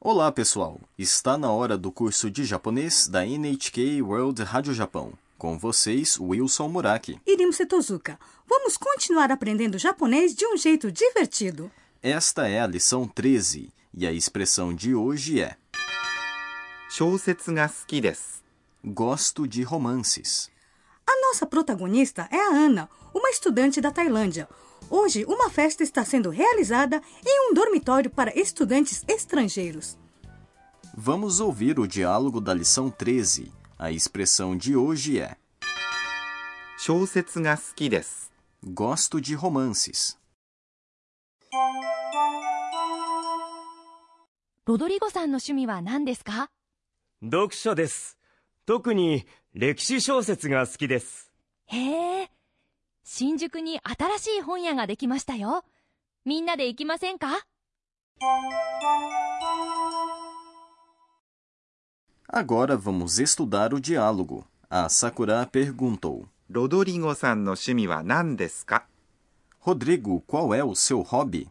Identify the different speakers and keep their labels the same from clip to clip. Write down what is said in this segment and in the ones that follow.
Speaker 1: Olá, pessoal! Está na hora do curso de japonês da NHK World Rádio Japão. Com vocês, Wilson Muraki.
Speaker 2: Irimse Tozuka, vamos continuar aprendendo japonês de um jeito divertido.
Speaker 1: Esta é a lição 13 e a expressão de hoje é
Speaker 3: 小説が好きです。
Speaker 1: Gosto de romances.
Speaker 2: A nossa protagonista é a Ana, uma estudante da Tailândia. Hoje, uma festa está sendo realizada em um dormitório para estudantes estrangeiros.
Speaker 1: Vamos ouvir o diálogo da lição 13. A expressão de hoje é
Speaker 3: 小説が好きです。
Speaker 1: Gosto de romances.
Speaker 4: ロドリゴさんの趣味は何ですか
Speaker 5: 読書です。特に歴史小説が好きです。
Speaker 4: へえ。新宿に新しい本屋ができましたよ。みんなで行きませんか
Speaker 1: Agora vamos estudar o diálogo. A Sakura perguntou:
Speaker 3: ロドリゴさんの趣味は何ですか
Speaker 1: Rodrigo, qual é o seu hobby?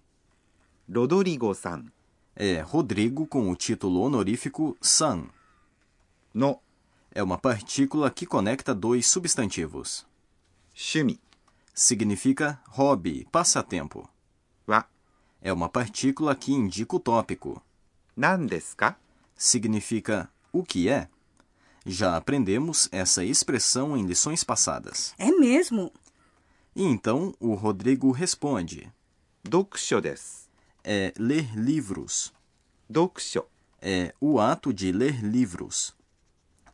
Speaker 3: ロドリゴさん
Speaker 1: É Rodrigo com o título honorífico san.
Speaker 3: の
Speaker 1: É uma partícula que conecta dois substantivos.
Speaker 3: 趣味
Speaker 1: Significa hobby, passatempo.
Speaker 3: は
Speaker 1: É uma partícula que indica o tópico.
Speaker 3: 何ですか
Speaker 1: Significa o que é? Já aprendemos essa expressão em lições passadas.
Speaker 2: É mesmo?
Speaker 1: E então o Rodrigo responde:
Speaker 3: 読書です。
Speaker 1: é ler livros.
Speaker 3: 読書
Speaker 1: É o ato de ler livros.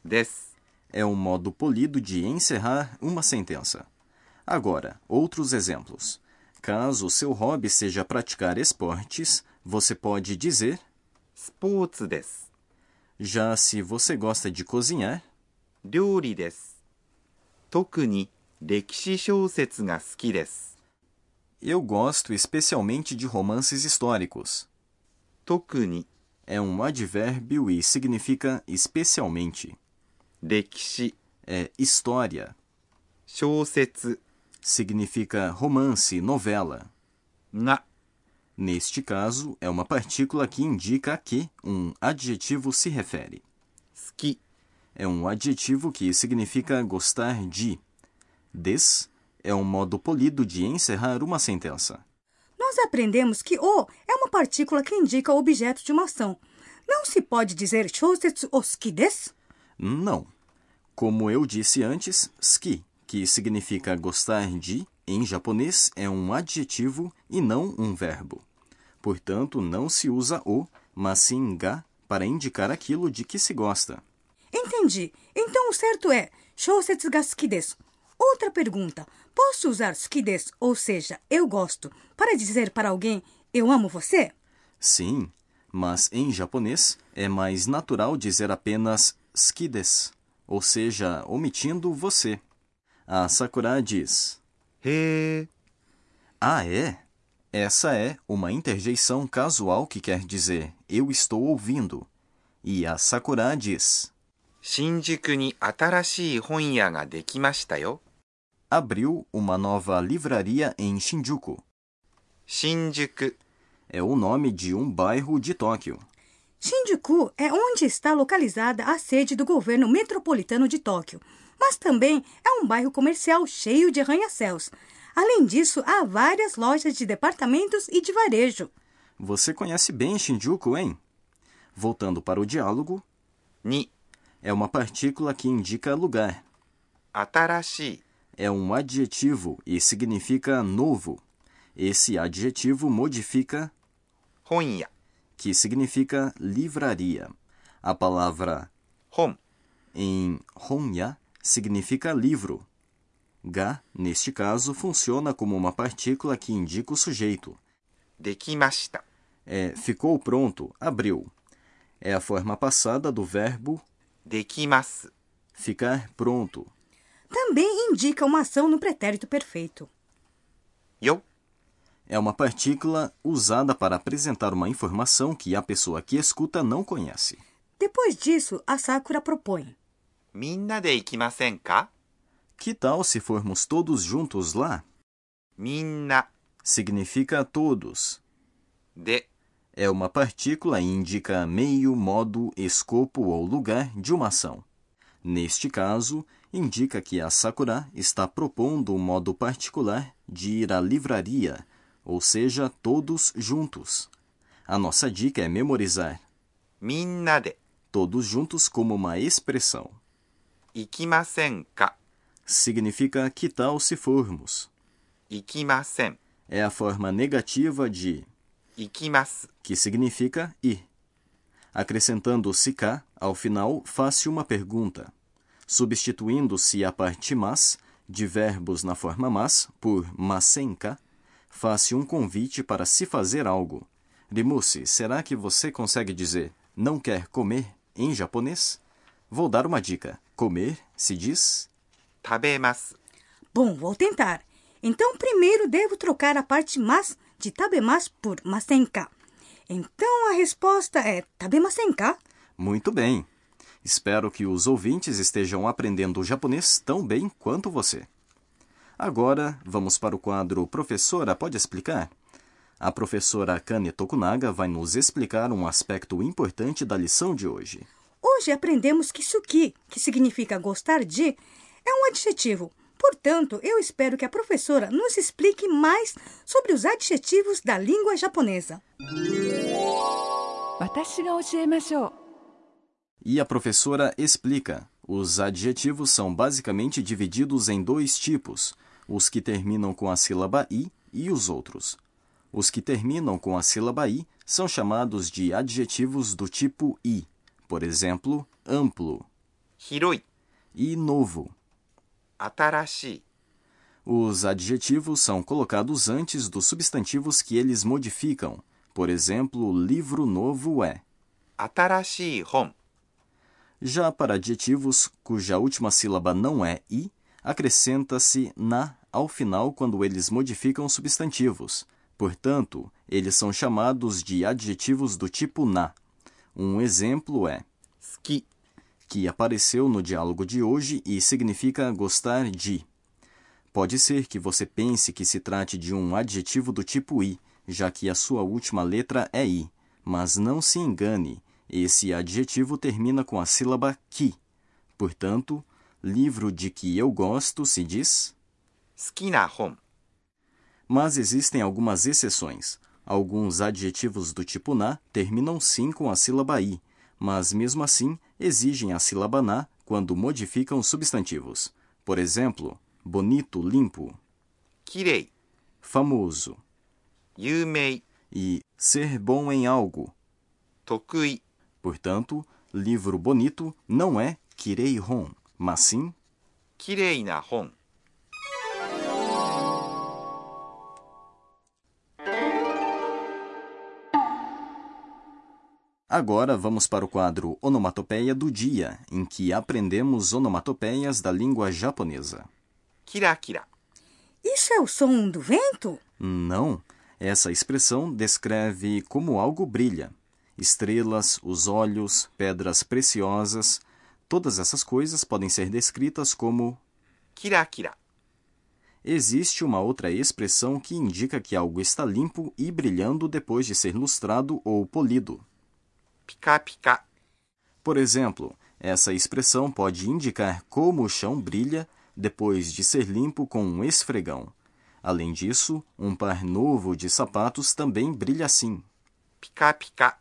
Speaker 3: です。
Speaker 1: é um modo polido de encerrar uma sentença. Agora, outros exemplos. Caso seu hobby seja praticar esportes, você pode dizer.
Speaker 3: スポーツです。
Speaker 1: Já se você gosta de cozinhar,
Speaker 3: 料理です。特に歴史小説が好きです。
Speaker 1: eu gosto especialmente de romances históricos.
Speaker 3: 特に
Speaker 1: É um advérbio e significa especialmente.
Speaker 3: 歴史、
Speaker 1: É história.
Speaker 3: 小説
Speaker 1: Significa romance, novela.
Speaker 3: が
Speaker 1: Neste caso, é uma partícula que indica a que um adjetivo se refere.
Speaker 3: 好き、
Speaker 1: é um adjetivo que significa gostar de. Des é um modo polido de encerrar uma sentença.
Speaker 2: Nós aprendemos que o é uma partícula que indica o objeto de uma ação. Não se pode dizer shousetsu oski desu?
Speaker 1: Não. Como eu disse antes, ski, que significa gostar de, em japonês é um adjetivo e não um verbo. Portanto, não se usa o, mas sim ga para indicar aquilo de que se gosta.
Speaker 2: Entendi. Então o certo é shousetsu ga suki desu. Outra pergunta. Posso usar suki desu, ou seja, eu gosto, para dizer para alguém eu amo você?
Speaker 1: Sim, mas em japonês é mais natural dizer apenas skides, ou seja, omitindo você. A Sakura diz:
Speaker 3: へー
Speaker 1: Ah, é? Essa é uma interjeição casual que quer dizer eu estou ouvindo. E a Sakura diz:
Speaker 3: 新宿に新しい本屋ができましたよ。
Speaker 1: Abriu uma nova livraria em Shinjuku.
Speaker 3: 新宿、
Speaker 1: É o nome de um bairro de Tóquio.
Speaker 2: Shinjuku é onde está localizada a sede do governo metropolitano de Tóquio, mas também é um bairro comercial cheio de arranha-céus. Além disso, há várias lojas de departamentos e de varejo.
Speaker 1: Você conhece bem Shinjuku, hein? Voltando para o diálogo,
Speaker 3: に
Speaker 1: é uma partícula que indica lugar.
Speaker 3: 新しい
Speaker 1: É um adjetivo e significa novo. Esse adjetivo modifica
Speaker 3: 本屋
Speaker 1: que significa livraria. A palavra
Speaker 3: 本
Speaker 1: em honya significa livro. Ga, neste caso, funciona como uma partícula que indica o sujeito.
Speaker 3: できました
Speaker 1: É ficou pronto, abriu. É a forma passada do verbo
Speaker 3: できます
Speaker 1: ficar pronto.
Speaker 2: Também indica uma ação no pretérito perfeito.
Speaker 3: よ
Speaker 1: É uma partícula usada para apresentar uma informação que a pessoa que escuta não conhece.
Speaker 2: Depois disso, a Sakura propõe.
Speaker 3: みんなで行きませんか
Speaker 1: Que tal se formos todos juntos lá?
Speaker 3: みんな
Speaker 1: Significa todos.
Speaker 3: で
Speaker 1: É É uma partícula e indica meio, modo, escopo ou lugar de uma ação. Neste caso, indica que a Sakura está propondo um modo particular de ir à livraria, ou seja, todos juntos. A nossa dica é memorizar
Speaker 3: みんなで
Speaker 1: todos juntos como uma expressão.
Speaker 3: 行きませんか
Speaker 1: Significa que tal se formos.
Speaker 3: 行きません
Speaker 1: É a forma negativa de
Speaker 3: 行きます。
Speaker 1: que significa ir. Acrescentando-se cá, ao final, faça uma pergunta. Substituindo-se a parte mas de verbos na forma mas por masenka, faça um convite para se fazer algo. Rimusi, será que você consegue dizer não quer comer em japonês? Vou dar uma dica. Comer se diz
Speaker 3: 食べます。
Speaker 2: Bom, vou tentar. Então, primeiro devo trocar a parte mas de tabemas por masenka. Então, a resposta é tabemasenka.
Speaker 1: muito bem. Espero que os ouvintes estejam aprendendo o japonês tão bem quanto você. Agora, vamos para o quadro Professora Pode Explicar? A professora Kane Tokunaga vai nos explicar um aspecto importante da lição de hoje.
Speaker 2: Hoje aprendemos que suki, que significa gostar de, é um adjetivo. Portanto, eu espero que a professora nos explique mais sobre os adjetivos da língua japonesa.
Speaker 6: 私が教えましょう
Speaker 1: E a professora explica: os adjetivos são basicamente divididos em dois tipos: os que terminam com a sílaba i e os outros. Os que terminam com a sílaba i são chamados de adjetivos do tipo i, por exemplo, amplo
Speaker 3: 広い、
Speaker 1: e novo.
Speaker 3: 新しい、
Speaker 1: Os adjetivos são colocados antes dos substantivos que eles modificam, por exemplo, livro novo é.
Speaker 3: 新しい本、
Speaker 1: Já para adjetivos cuja última sílaba não é i, acrescenta-se na ao final quando eles modificam substantivos. Portanto, eles são chamados de adjetivos do tipo na. Um exemplo é
Speaker 3: 好き、
Speaker 1: que apareceu no diálogo de hoje e significa gostar de. Pode ser que você pense que se trate de um adjetivo do tipo i, já que a sua última letra é i, mas não se engane, esse adjetivo termina com a sílaba que. Portanto, livro de que eu gosto se diz
Speaker 3: 好きな本、
Speaker 1: mas existem algumas exceções. Alguns adjetivos do tipo na terminam sim com a sílaba i, mas mesmo assim exigem a sílaba na quando modificam substantivos. Por exemplo, bonito, limpo,
Speaker 3: きれい、
Speaker 1: famoso
Speaker 3: 有名、
Speaker 1: e ser bom em algo.
Speaker 3: 得意、
Speaker 1: Portanto, livro bonito não é kirei hon, mas sim
Speaker 3: きれいな本。
Speaker 1: Agora vamos para o quadro Onomatopeia do Dia, em que aprendemos onomatopeias da língua japonesa.
Speaker 3: キラキラ、
Speaker 2: Isso é o som do vento?
Speaker 1: Não. Essa expressão descreve como algo brilha. Estrelas, os olhos, pedras preciosas, todas essas coisas podem ser descritas como
Speaker 3: キラキラ、
Speaker 1: existe uma outra expressão que indica que algo está limpo e brilhando depois de ser lustrado ou polido.
Speaker 3: ピカピカ、
Speaker 1: Por exemplo, essa expressão pode indicar como o chão brilha depois de ser limpo com um esfregão. Além disso, um par novo de sapatos também brilha assim.
Speaker 3: ピカピカ。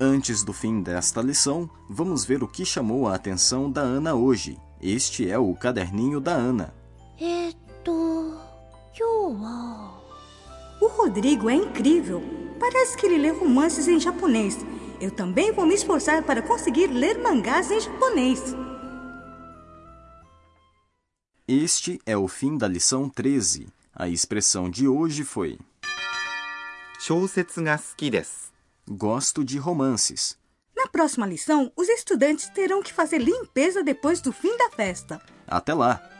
Speaker 1: Antes do fim desta lição, vamos ver o que chamou a atenção da Ana hoje. Este é o caderninho da Ana.
Speaker 4: えっと今日は
Speaker 2: O Rodrigo é incrível. Parece que ele lê romances em japonês. Eu também vou me esforçar para conseguir ler mangás em japonês.
Speaker 1: Este é o fim da lição 13. A expressão de hoje foi:
Speaker 3: 小説が好きです。
Speaker 1: Gosto de romances.
Speaker 2: Na próxima lição, os estudantes terão que fazer limpeza depois do fim da festa.
Speaker 1: Até lá!